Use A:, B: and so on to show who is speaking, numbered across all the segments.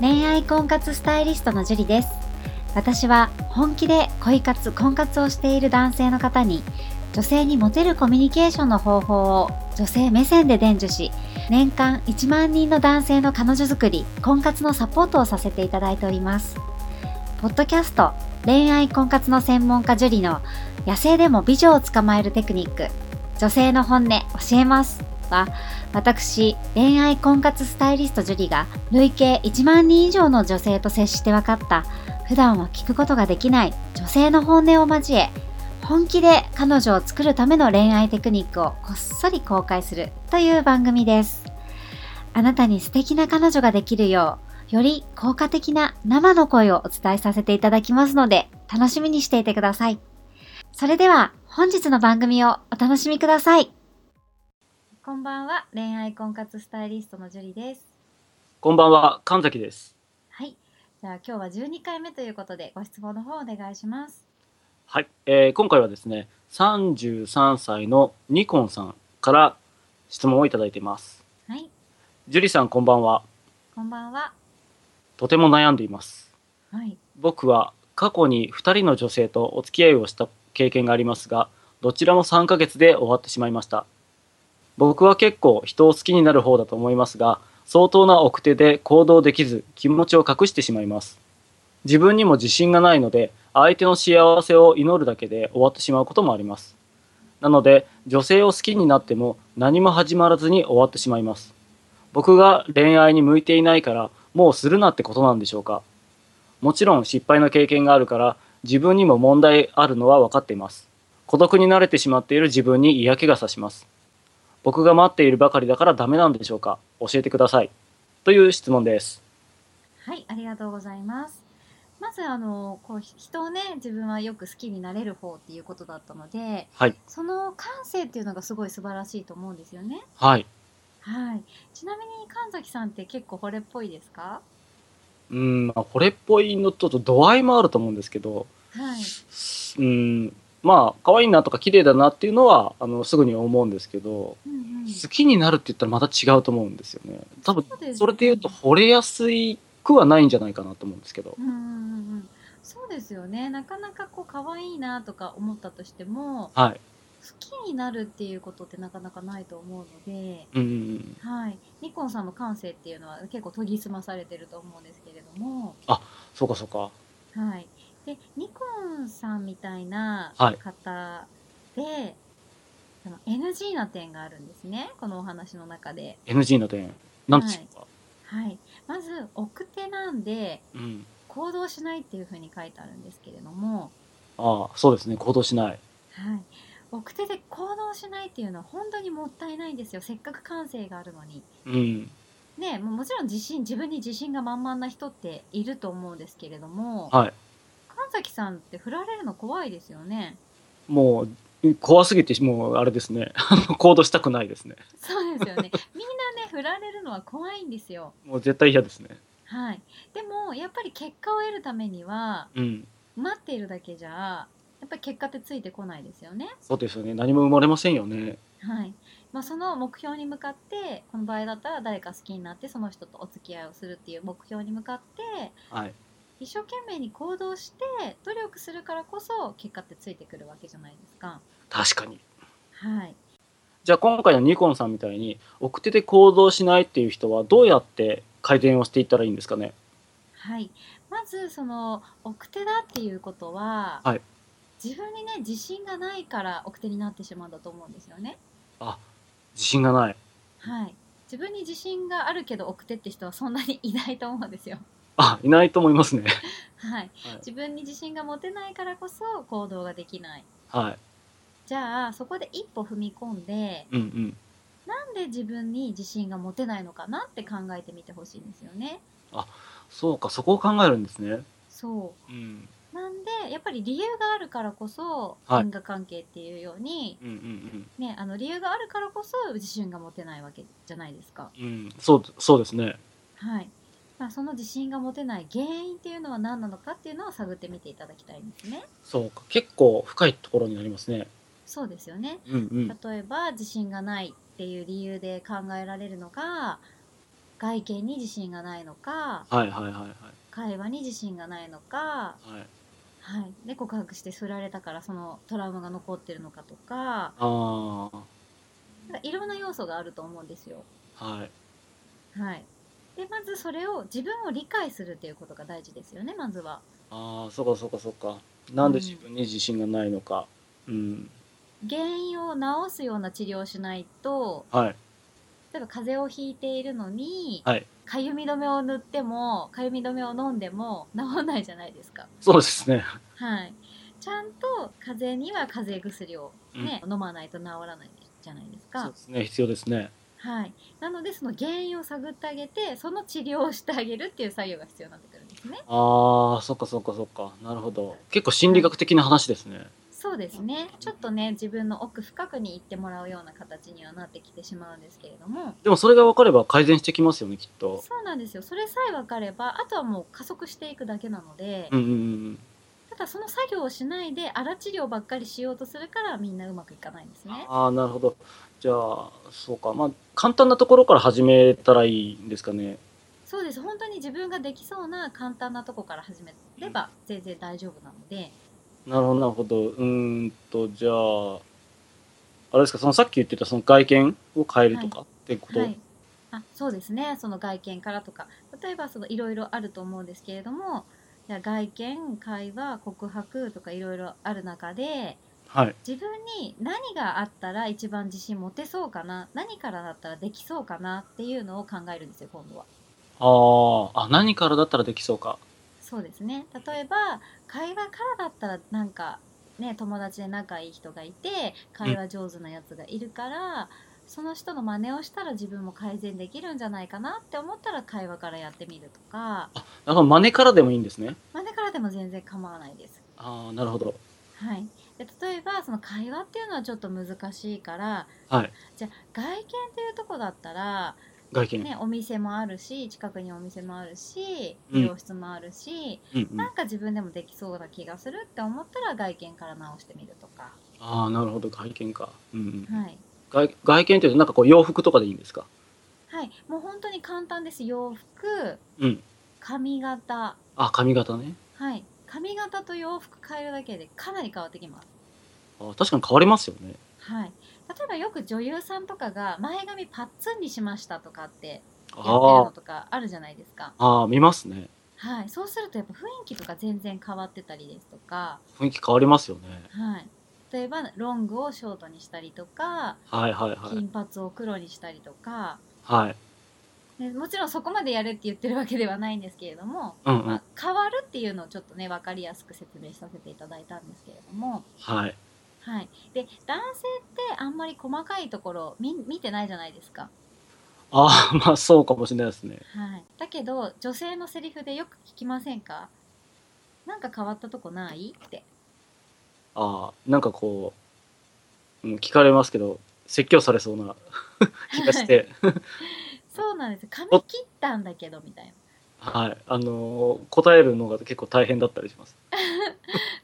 A: 恋愛婚活スタイリストのジュリです私は本気で恋活婚活をしている男性の方に女性にモテるコミュニケーションの方法を女性目線で伝授し年間1万人の男性の彼女作り婚活のサポートをさせていただいておりますポッドキャスト恋愛婚活の専門家ジュリの野生でも美女を捕まえるテクニック女性の本音教えますは私恋愛婚活スタイリストジュリが累計1万人以上の女性と接して分かった普段は聞くことができない女性の本音を交え本気で彼女を作るための恋愛テクニックをこっそり公開するという番組ですあなたに素敵な彼女ができるようより効果的な生の声をお伝えさせていただきますので楽しみにしていてくださいそれでは本日の番組をお楽しみくださいこんばんは恋愛婚活スタイリストのジュリです
B: こんばんは、神崎です。
A: はいじゃあ今日は12回目ということでご質問の方お願いします
B: はい、えー今回はですね、33歳のニコンさんから質問をいただいています。
A: はい
B: ジュリさん、こんばんは。
A: こんばんは
B: とても悩んでいます。
A: はい
B: 僕は過去に2人の女性とお付き合いをした経験がありますが、どちらも3ヶ月で終わってしまいました。僕は結構人を好きになる方だと思いますが、相当な奥手で行動できず気持ちを隠してしまいます。自分にも自信がないので、相手の幸せを祈るだけで終わってしまうこともあります。なので、女性を好きになっても何も始まらずに終わってしまいます。僕が恋愛に向いていないから、もうするなってことなんでしょうか。もちろん失敗の経験があるから自分にも問題あるのは分かっています。孤独に慣れてしまっている自分に嫌気がさします。僕が待っているばかりだからダメなんでしょうか教えてください。という質問です。
A: はい、ありがとうございます。まずあのこうひ人をね自分はよく好きになれる方っていうことだったので、
B: はい
A: その感性っていうのがすごい素晴らしいと思うんですよね。
B: はい。
A: はい。ちなみに神崎さんって結構惚れっぽいですか？
B: うん、まあ、惚れっぽいのとちょっと度合いもあると思うんですけど、
A: はい。
B: うん、まあ、可愛いなとか綺麗だなっていうのは、あの、すぐに思うんですけど、
A: うんうん。
B: 好きになるって言ったらまた違うと思うんですよね。多分
A: そうです、ね
B: それで言うと惚れやすくはないんじゃないかなと思うんですけど。
A: うんうんうんうん。そうですよね。なかなかこう可愛いなとか思ったとしても、
B: はい。
A: 好きになるっていうことってなかなかないと思うので、
B: うんうんうん、
A: はい。ニコンさんの感性っていうのは結構研ぎ澄まされてると思うんですけれども、
B: そうかそうか。
A: はい、でニコンさんみたいな
B: はい
A: 方で、あの NG な点があるんですねこのお話の中で、
B: NG の点。なんでしょうか。
A: はい、まず奥手なんで
B: うん。
A: 行動しないっていうふうに書いてあるんですけれども、
B: ああ、そうですね。行動しない。
A: はい、奥手で行動しないっていうのは本当にもったいないんですよせっかく感性があるのに。
B: うん。
A: ね、もうもちろん自信自分に自信が満々な人っていると思うんですけれども、
B: はい。
A: 神崎さんって振られるの怖いですよね。
B: もう、怖すぎて、もう、あれですね。 あの行動したくないですね。
A: そうですよ ね。みんなね、振られるのは怖いんですよ。
B: もう絶対嫌ですね。
A: はい。でも、やっぱり結果を得るためには、
B: うん。
A: 待っているだけじゃ、やっぱり結果ってついてこないですよね。
B: そうですよね。何も生まれませんよね。
A: はい。まあ、その目標に向かって、この場合だったら誰か好きになって、その人とお付き合いをするっていう目標に向かって、
B: はい。
A: 一生懸命に行動して、努力するからこそ、結果ってついてくるわけじゃないですか。
B: 確かに。
A: はい。
B: じゃあ今回のニコンさんみたいに、奥手で行動しないっていう人は、どうやって改善をしていったらいいんですかね。
A: はい、まずその奥手だっていうことは、
B: はい
A: 自分にね自信がないから奥手になってしまうんだと思うんですよね。
B: 自信がない。
A: はい、自分に自信があるけど奥手って人はそんなにいないと思うんですよ。
B: あ、いないと思いますね。
A: はい、
B: はい
A: 自分に自信が持てないからこそ行動ができない。
B: は
A: じゃあそこで一歩踏み込んで
B: い。うんうん。
A: なんで自分に自信が持てないのかなって考えてみてほしいんですよね。
B: そうか、そこを考えるんですね。
A: そう
B: うん。
A: なんでやっぱり理由があるからこそ
B: はい
A: 因果関係っていうように
B: うんうん
A: ね、あの理由があるからこそ自信が持てないわけじゃないですか。
B: うん。うん。そう、そうですね。
A: はい。まあ、その自信が持てない原因っていうのは何なのかっていうのを探ってみていただきたいんですね。
B: そうか結構深いところになりますね。
A: そうですよね。
B: うんうん。
A: 例えば自信がないっていう理由で考えられるのが外見に自信がないのか
B: はいはいはいはい
A: 会話に自信がないのか、
B: はい
A: はい、で告白して振られたからそのトラウマが残ってるのかとか
B: ああ
A: なんかいろんな要素があると思うんですよ。
B: はい
A: はい、でまずそれを自分を理解するっていうことが大事ですよねまずは。
B: ああそっかそっかそっかなんで自分に自信がないのかうん、
A: 原因を治すような治療をしないと
B: はい
A: 例えば風邪をひいているのに、
B: はい
A: かゆみ止めを塗ってもかゆみ止めを飲んでも治らないじゃないですか。
B: そうですね
A: はい、ちゃんと風邪には風邪薬を、ね飲まないと治らないじゃないです
B: そう
A: か
B: で。すね必要ですね
A: はい、なのでその原因を探ってあげてその治療をしてあげるっていう作業が必要になってくるんですね。
B: ああそっかそっかそっかなるほど結構心理学的な話ですね
A: そうですねちょっとね自分の奥深くに行ってもらうような形にはなってきてしまうんですけれども
B: でもそれが分かれば改善してきますよねきっと
A: そうなんですよそれさえ分かればあとはもう加速していくだけなので、
B: うんうんうん
A: ただその作業をしないで荒治療ばっかりしようとするからみんなうまくいかないんですね。
B: ああなるほどじゃあそうかまあ簡単なところから始めたらいいんですかね
A: そうです本当に自分ができそうな簡単なとこから始めれば全然大丈夫なので
B: なるほどなるほどうーんとじゃああれですかそのさっき言ってたその外見を変えるとかってこと、
A: はい、あそうですねその外見からとか例えばそのいろいろあると思うんですけれどもじゃあ外見会話告白とかいろいろある中で
B: はい
A: 自分に何があったら一番自信持てそうかな何からだったらできそうかなっていうのを考えるんですよ今度は。
B: あーあ何からだったらできそうか
A: そうですね例えば会話からだったらなんかね友達で仲いい人がいて会話上手なやつがいるから、その人の真似をしたら自分も改善できるんじゃないかなって思ったら会話からやってみるとか
B: だから真似からでもいいんですね
A: 真似からでも全然構わないです。
B: ああなるほど
A: はい、で例えばその会話っていうのはちょっと難しいから、
B: はい
A: じゃあ外見っていうとこだったら、
B: 外見、
A: ね、お店もあるし近くにお店もあるし
B: うん
A: 美容室もあるし、
B: うんうん、
A: なんか自分でもできそうな気がするって思ったら外見から直してみるとか、
B: ああなるほど外見か、うんうん、
A: はい
B: 外外見っていうとなんかこう洋服とかでいいんですか
A: はい、もう本当に簡単です洋服
B: うん
A: 髪型
B: あ髪型ね
A: はい髪型と洋服変えるだけでかなり変わってきます、
B: あー確かに変わりますよね
A: はい、例えばよく女優さんとかが前髪パッツンにしましたとかってやってる
B: あ
A: のとかあるじゃないですか、
B: あー見ますね
A: はい、そうするとやっぱ雰囲気とか全然変わってたりですとか、
B: 雰囲気変わりますよね
A: はい、例えばロングをショートにしたりとか
B: はいはいはい
A: 金髪を黒にしたりとか、
B: はい
A: ね、もちろんそこまでやれって言ってるわけではないんですけれども、
B: うんう
A: ま
B: ん
A: あ、変わるっていうのをちょっとね分かりやすく説明させていただいたんですけれども、
B: はい
A: はい、で男性ってあんまり細かいところ見見てないじゃないですか、
B: ああまあそうかもしれないですね
A: はい、だけど女性のセリフでよく聞きませんかなんか変わったとこないって
B: ああなんかこう、うん、聞かれますけど説教されそうな気がして
A: そうなんです髪切ったんだけどみたいな
B: はいあのー答えるのが結構大変だったりします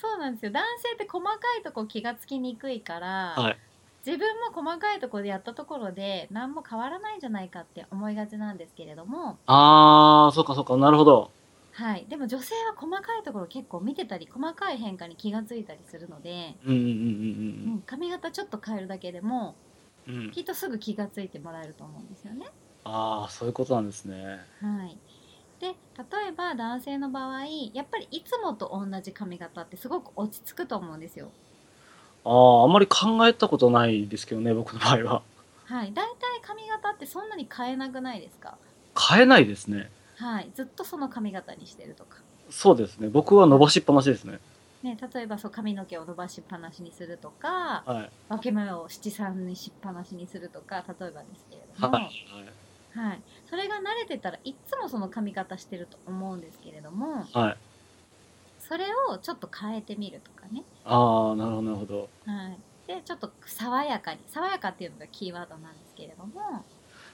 A: そうなんですよ男性って細かいとこ気がつきにくいから、
B: はい
A: 自分も細かいところでやったところで何も変わらないんじゃないかって思いがちなんですけれども、
B: ああそうかそうかなるほど
A: はい、でも女性は細かいところ結構見てたり細かい変化に気がついたりするので、
B: うんうん
A: うん、髪型ちょっと変えるだけでも
B: うんうんうんうん
A: きっとすぐ気がついてもらえると思うんですよね。
B: ああそういうことなんですね
A: はいで例えば男性の場合やっぱりいつもと同じ髪型ってすごく落ち着くと思うんですよ。
B: あああんまり考えたことないですけどね僕の場合は
A: はい、だいたい髪型ってそんなに変えなくないですか、
B: 変えないですね
A: はい、ずっとその髪型にしてるとか。
B: そうですね僕は伸ばしっぱなしですね
A: ね、例えばそう髪の毛を伸ばしっぱなしにするとか
B: はい
A: 分け目を七三にしっぱなしにするとか例えばですけれども、
B: はい、
A: は
B: は
A: いい、それが慣れてたらいっつもその髪型してると思うんですけれども
B: はい。
A: それをちょっと変えてみるとかね、
B: ああ、なるほど、なるほど。
A: はい、でちょっと爽やかに爽やかっていうのがキーワードなんですけれども、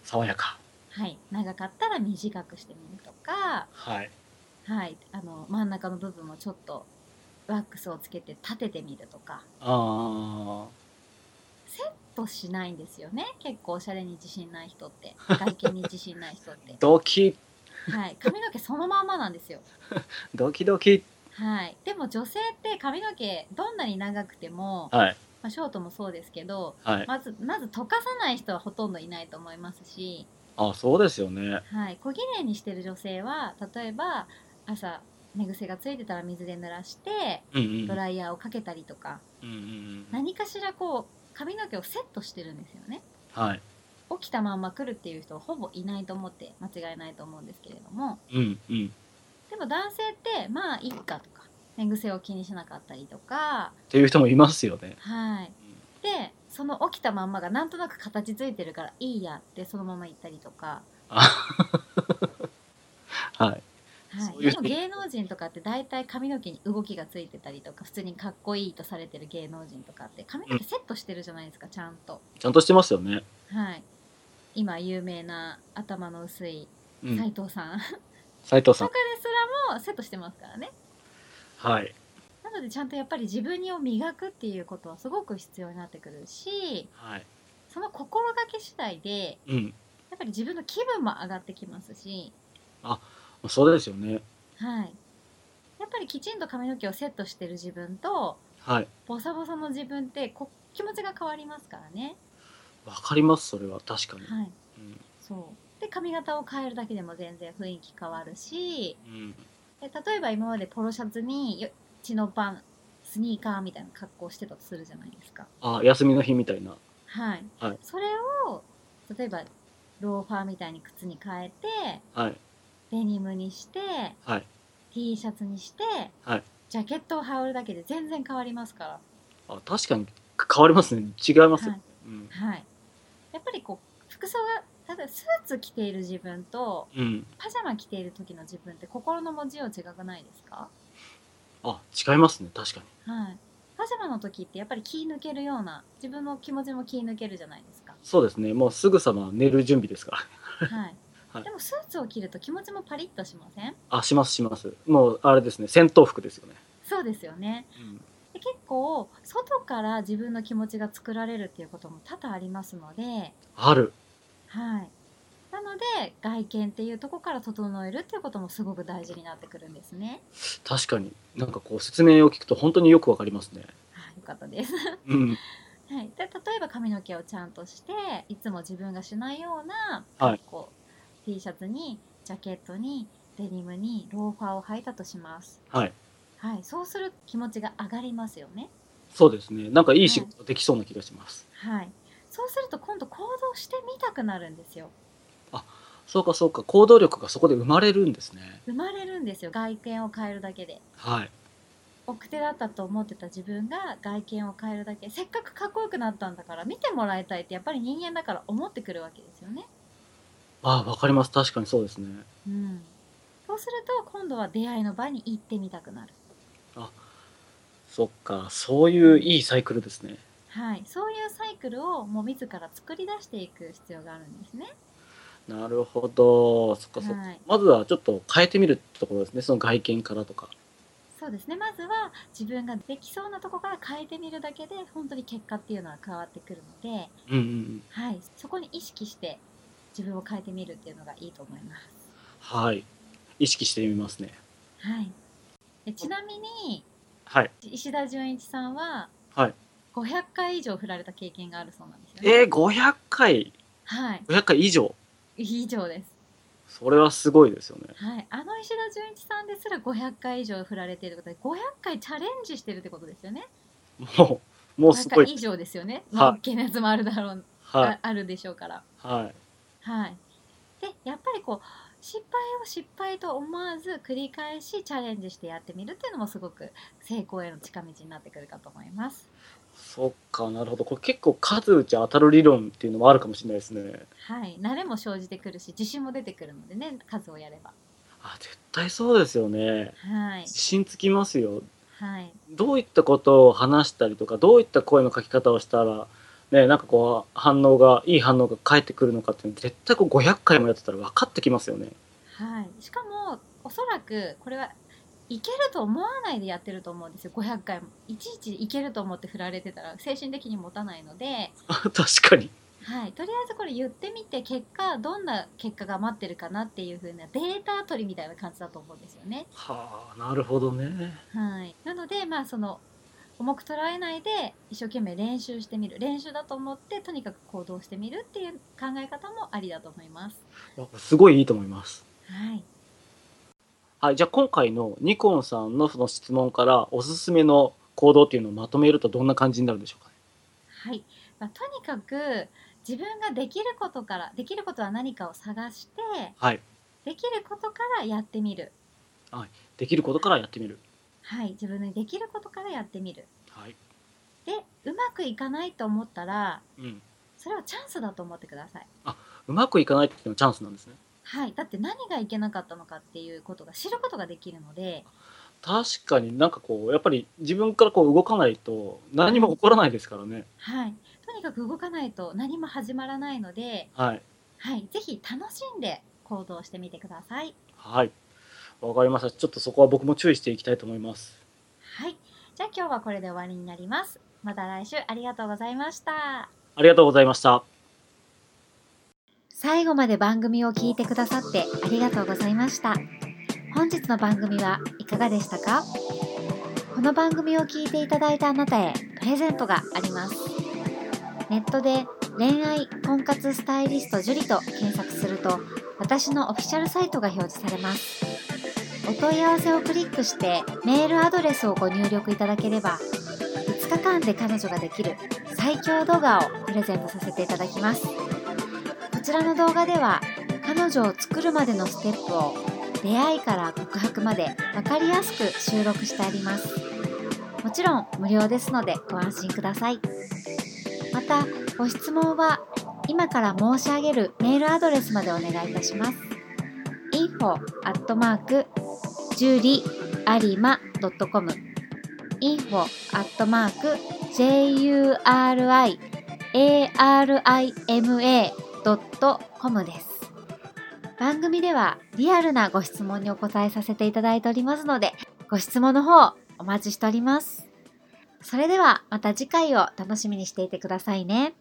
B: 爽やか。
A: はい、長かったら短くしてみるとか、
B: はい。
A: はい、あの真ん中の部分をちょっとワックスをつけて立ててみるとか
B: あ
A: セッとしないんですよね結構おしゃれに自信ない人 って外見に自信ない人って
B: ドキ
A: はい髪の毛そのまんまなんですよ
B: ドキドキ
A: はいでも女性って髪の毛どんなに長くても、
B: はい
A: まあ、ショートもそうですけど
B: はい
A: まずまず溶かさない人はほとんどいないと思いますし、
B: あそうですよね
A: はい、小綺麗にしてる女性は例えば朝寝癖がついてたら水で濡らして
B: うんうん
A: ドライヤーをかけたりとか、
B: うんうんうん
A: 何かしらこう髪の毛をセットしてるんですよね
B: はい
A: 起きたまんま来るっていう人はほぼいないと思って間違いないと思うんですけれども
B: うんうん
A: でも男性ってまあいっかとか寝癖を気にしなかったりとか
B: っていう人もいますよね
A: はいでその起きたまんまがなんとなく形ついてるからいいやってそのまま行ったりとか、
B: はい
A: は
B: そう
A: い、
B: いう
A: でも芸能人とかって大体髪の毛に動きがついてたりとか普通にかっこいいとされてる芸能人とかって髪の毛セットしてるじゃないですかちゃんと。
B: ちゃんとしてますよね
A: はい今有名な頭の薄い
B: うん
A: 斉藤さん、
B: 斉藤
A: と
B: さん
A: かですらもセットしてますからね
B: はい
A: なのでちゃんとやっぱり自分を磨くっていうことはすごく必要になってくるし
B: はい
A: その心がけ次第で
B: うん
A: やっぱり自分の気分も上がってきますし、
B: そうですよね
A: はい、やっぱりきちんと髪の毛をセットしてる自分と
B: はい
A: ボサボサの自分ってこ気持ちが変わりますからね、
B: わかりますそれは確かに
A: はい、
B: うん
A: そうで髪型を変えるだけでも全然雰囲気変わるし
B: うん
A: で例えば今までポロシャツによチノパンスニーカーみたいな格好をしてたとするじゃないですか。
B: あ休みの日みたいな
A: はい、
B: はい
A: それを例えばローファーみたいに靴に変えて
B: はい
A: デニムにして
B: はい
A: T シャツにして、
B: はい
A: ジャケットを羽織るだけで全然変わりますから、
B: あ確かに変わりますね違います
A: は
B: よ
A: い
B: うん
A: はい、やっぱりこう服装が例えばスーツ着ている自分と
B: うん
A: パジャマ着ている時の自分って心の持ちよう違くないですか、
B: あ違いますね確かに
A: はい、パジャマの時ってやっぱり気抜けるような自分の気持ちも気抜けるじゃないですか、
B: そうですねもうすぐさま寝る準備ですから
A: はい
B: はい
A: でもスーツを着ると気持ちもパリッとしません
B: あしますしますもうあれですね戦闘服ですよね、
A: そうですよねで結構外から自分の気持ちが作られるっていうことも多々ありますので、
B: ある
A: はい、なので外見っていうところから整えるっていうこともすごく大事になってくるんですね。
B: 確かになんかこう説明を聞くと本当によくわかりますね
A: はい、よかったです、
B: うん
A: はい、で例えば髪の毛をちゃんとしていつも自分がしないような、
B: はい
A: こう T シャツにジャケットにデニムにローファーを履いたとします。
B: はい
A: はい、そうすると気持ちが上がりますよね。
B: そうですねなんかいい仕事できそうな気がします、
A: はい、そうすると今度行動してみたくなるんですよ。
B: そうかそうか行動力がそこで生まれるんですね
A: 生まれるんですよ外見を変えるだけで
B: はい
A: 奥手だったと思ってた自分が外見を変えるだけせっかくかっこよくなったんだから見てもらいたいってやっぱり人間だから思ってくるわけですよね、
B: あわかります確かにそうですね
A: うん、そうすると今度は出会いの場に行ってみたくなる
B: そっかそういういいサイクルですね
A: はいそういうサイクルをもう自ら作り出していく必要があるんですね
B: なるほどそっかそっか、
A: はい
B: まずはちょっと変えてみるってところですねその外見からとか
A: そうですねまずは自分ができそうなとこから変えてみるだけで本当に結果っていうのは変わってくるので、
B: うんうんうん
A: はい、そこに意識して自分を変えてみるっていうのがいいと思います
B: はい意識してみますね
A: はい、えちなみに
B: はい
A: 石田純一さんは
B: はい
A: 500回以上振られた経験があるそうなんですよね。
B: えー、500回
A: はい、
B: 500回以上
A: 以上です。
B: それはすごいですよね
A: はい、あの石田純一さんですら500回以上振られているってことで、500回チャレンジしてるってことですよね。
B: もうもうす
A: 500
B: ご
A: 回
B: い
A: 以上ですよね。
B: はい
A: まあ、解熱もあるだろう、
B: はい
A: あ、あるでしょうから。
B: はい
A: はい。で、やっぱりこう失敗を失敗と思わず繰り返しチャレンジしてやってみるっていうのもすごく成功への近道になってくるかと思います。
B: そっかなるほどこれ結構数打ち当たる理論っていうのもあるかもしれないですね
A: はい、慣れも生じてくるし自信も出てくるのでね数をやれば
B: あ絶対そうですよね
A: はい
B: 自信つきますよ
A: はい
B: どういったことを話したりとかどういった声の書き方をしたらねなんかこう反応がいい反応が返ってくるのかっていうの絶対こう500回もやってたら分かってきますよね
A: はいしかもおそらくこれはいけると思わないでやってると思うんですよ500回もいちいちいけると思って振られてたら精神的に持たないので、
B: 確かに。
A: はい、とりあえずこれ言ってみて結果どんな結果が待ってるかなっていう風なデータ取りみたいな感じだと思うんですよね。
B: はあ、なるほどね。
A: はい、なのでまあその重く捉えないで一生懸命練習してみる練習だと思ってとにかく行動してみるっていう考え方もありだと思います。
B: いやすごいいいと思います。
A: はい、
B: はい、じゃあ今回のニコンさんのその質問からおすすめの行動っていうのをまとめるとどんな感じになるんでしょうかね。
A: はいまあ、とにかく自分ができることからできることは何かを探して
B: はい。
A: できることからやってみる、
B: できることからやってみる。
A: はい、自分のできることからやってみる
B: はい。
A: でうまくいかないと思ったら
B: うん。
A: それをチャンスだと思ってください、
B: うまくいかないっていうのはチャンスなんですね。
A: はい、だって何がいけなかったのかっていうことが知ることができるので
B: 確かになんかこう、やっぱり自分からこう動かないと何も起こらないですからね。
A: はい、とにかく動かないと何も始まらないので、
B: はい。
A: はい、ぜひ楽しんで行動してみてください。
B: はい。わかりました。ちょっとそこは僕も注意していきたいと思います。
A: はい、じゃあ今日はこれで終わりになります。また来週ありがとうございました。
B: ありがとうございました。
A: 最後まで番組を聞いてくださってありがとうございました。本日の番組はいかがでしたかこの番組を聞いていただいたあなたへプレゼントがあります。ネットで恋愛婚活スタイリスト樹里と検索すると私のオフィシャルサイトが表示されます。お問い合わせをクリックしてメールアドレスをご入力いただければ5日間で彼女ができる最強動画をプレゼントさせていただきます。こちらの動画では彼女を作るまでのステップを出会いから告白まで分かりやすく収録してありますもちろん無料ですのでご安心くださいまたご質問は今から申し上げるメールアドレスまでお願いいたします info at mark juriarima.com info at mark juriarima .com です。番組ではリアルなご質問にお答えさせていただいておりますので、ご質問の方お待ちしております。それではまた次回を楽しみにしていてくださいね。